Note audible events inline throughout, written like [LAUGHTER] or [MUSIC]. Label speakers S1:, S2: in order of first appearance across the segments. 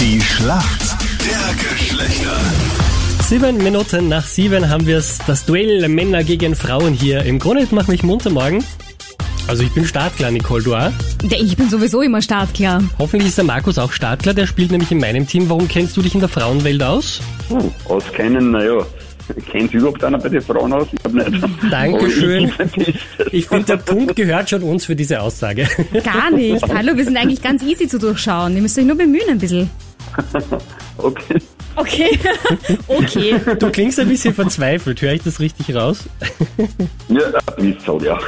S1: Die Schlacht der Geschlechter.
S2: Sieben Minuten nach sieben haben wir es, das Duell Männer gegen Frauen hier im Grunde macht mich munter morgen. Also ich bin startklar, Nicole, du auch?
S3: Ja, Ich bin sowieso immer startklar.
S2: Hoffentlich ist der Markus auch startklar, der spielt nämlich in meinem Team. Warum kennst du dich in der Frauenwelt aus?
S4: Puh, auskennen, naja. [LAUGHS] Kennt sich überhaupt einer bei den Frauen aus? Ich hab nicht.
S2: Dankeschön.
S4: Aber Oh, ich- ich-
S2: Ich finde, der Punkt gehört schon uns für diese Aussage.
S3: Gar nicht. Hallo, wir sind eigentlich ganz easy zu durchschauen. Ihr müsst euch nur bemühen ein bisschen.
S4: Okay.
S3: Okay. [LAUGHS] okay.
S2: Du klingst ein bisschen verzweifelt, höre ich das richtig raus?
S4: Ja, wie es soll, ja.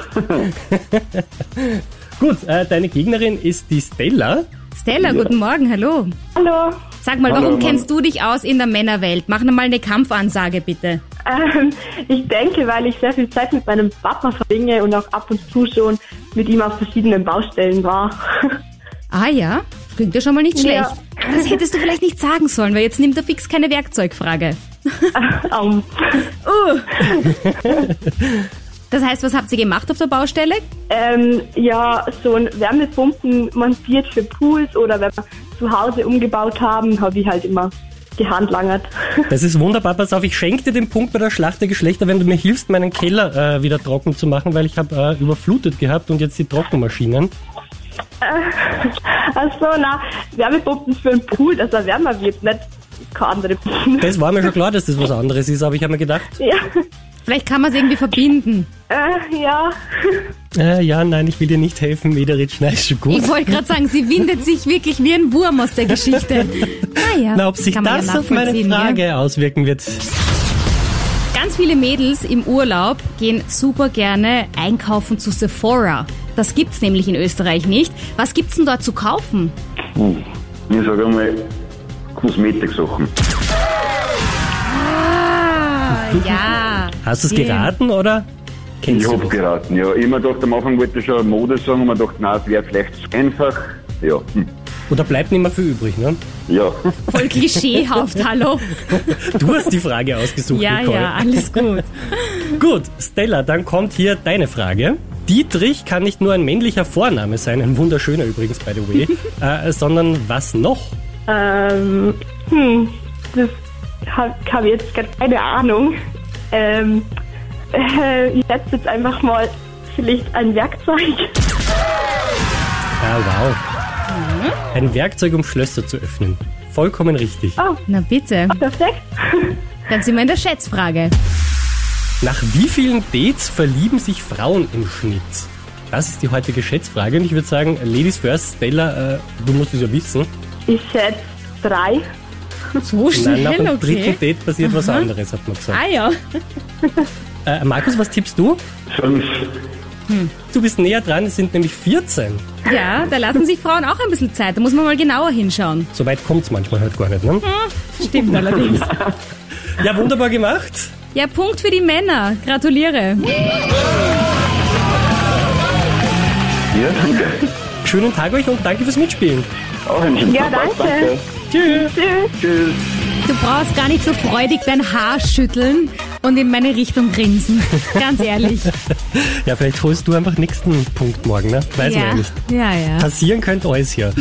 S2: Gut, äh, deine Gegnerin ist die Stella.
S3: Stella, guten Morgen, hallo.
S5: Hallo.
S3: Sag mal,
S4: Hallo,
S3: warum
S4: Mann.
S3: kennst du dich aus in der Männerwelt? Mach noch mal eine Kampfansage, bitte.
S5: Ähm, ich denke, weil ich sehr viel Zeit mit meinem Papa verbringe und auch ab und zu schon mit ihm auf verschiedenen Baustellen war. [LAUGHS]
S3: Ah ja, klingt ja schon mal nicht schlecht.
S5: Ja.
S3: Das hättest du vielleicht nicht sagen sollen, weil jetzt nimmt er fix keine Werkzeugfrage.
S5: Ähm,
S3: [LAUGHS] Das heißt, was habt ihr gemacht auf der Baustelle?
S5: ähm, ja, so ein Wärmepumpen montiert für Pools oder wenn wir zu Hause umgebaut haben, habe ich halt immer gehandlangert. [LAUGHS]
S2: Das ist wunderbar, pass auf, ich schenke dir den Punkt bei der Schlacht der Geschlechter, wenn du mir hilfst, meinen Keller äh, wieder trocken zu machen, weil ich habe äh, überflutet gehabt und jetzt die Trockenmaschinen.
S5: Also na, Wärmepumpen für einen Pool, dass er wärmer wird, nicht keine andere Pumpen.
S2: Das war mir schon klar, dass das was anderes ist, aber ich habe mir gedacht,
S5: [LAUGHS] Ja,
S3: Vielleicht kann man es irgendwie verbinden.
S5: äh, ja.
S2: äh, ja, nein, ich will dir nicht helfen, Mederitsch, nein, ist schon gut.
S3: Ich wollte gerade sagen, sie windet sich wirklich wie ein Wurm aus
S2: [LAUGHS]
S3: der Geschichte. Naja,
S2: Na, ob sich
S3: kann man
S2: das
S3: Ah ja
S2: auf meine
S3: nachvollziehen, gell?
S2: Frage auswirken wird.
S3: Ganz viele Mädels im Urlaub gehen super gerne einkaufen zu Sephora. Das gibt's nämlich in Österreich nicht. Was gibt's denn dort zu kaufen?
S4: Puh. Hm. Ich sage einmal Kosmetiksachen.
S3: Ah, ja.
S2: Hast du es
S3: Stimmt.
S2: geraten oder kennst
S4: Ich
S2: du
S4: hab
S2: das?
S4: geraten, ja. Ich hab mir gedacht, am Anfang wollte ich schon Mode sagen, aber gedacht, nein, es wäre vielleicht zu einfach. Ja. Hm.
S2: Oder bleibt nicht mehr viel übrig, ne?
S4: Ja.
S3: Voll klischeehaft, hallo.
S2: Du hast die Frage ausgesucht,
S3: Ja,
S2: Nicole.
S3: ja, alles gut.
S2: Gut, Stella, dann kommt hier deine Frage. Dietrich kann nicht nur ein männlicher Vorname sein, ein wunderschöner übrigens, by the
S3: [LAUGHS]
S2: way, äh, sondern was noch?
S5: Ähm, hm, das habe hab ich jetzt gerade keine Ahnung. Ähm, äh, ich setze jetzt einfach mal vielleicht ein Werkzeug. [LAUGHS]
S2: Ah, wow.
S3: Mhm.
S2: Ein Werkzeug, um Schlösser zu öffnen. Vollkommen richtig.
S3: Na bitte,
S5: Perfekt.
S3: dann sind wir in der Schätzfrage.
S2: Nach wie vielen Dates verlieben sich Frauen im Schnitt? Das ist die heutige Schätzfrage und ich würde sagen, Ladies first, Stella, äh, du musst es ja wissen.
S5: Ich schätze drei.
S3: So
S2: Nein,
S3: schnell,
S2: nach dem
S3: okay.
S2: dritten Date passiert was anderes, hat man gesagt.
S3: Ah ja. Ah.
S2: Äh, Markus, was tippst du?
S4: Fünf.
S2: Du bist näher dran, es sind nämlich 14.
S3: Ja, da lassen sich Frauen auch ein bisschen Zeit. Da muss man mal genauer hinschauen.
S2: So weit kommt's manchmal halt gar nicht, ne?
S3: Stimmt allerdings.
S2: Ja, wunderbar gemacht.
S3: Ja, Punkt für die Männer. Gratuliere.
S4: Ja, danke.
S2: Schönen Tag euch und danke fürs Mitspielen.
S4: Auch ein schönen
S5: Ja,
S4: Tag.
S5: danke.
S2: Tschüss.
S4: Tschüss.
S3: Du brauchst gar nicht so freudig dein Haar schütteln und in meine Richtung grinsen. Ganz ehrlich.
S2: Ja, vielleicht holst du einfach nächsten Punkt morgen, ne? Weiß man ja
S3: ja.
S2: nicht.
S3: ja, ja.
S2: Passieren könnte alles hier.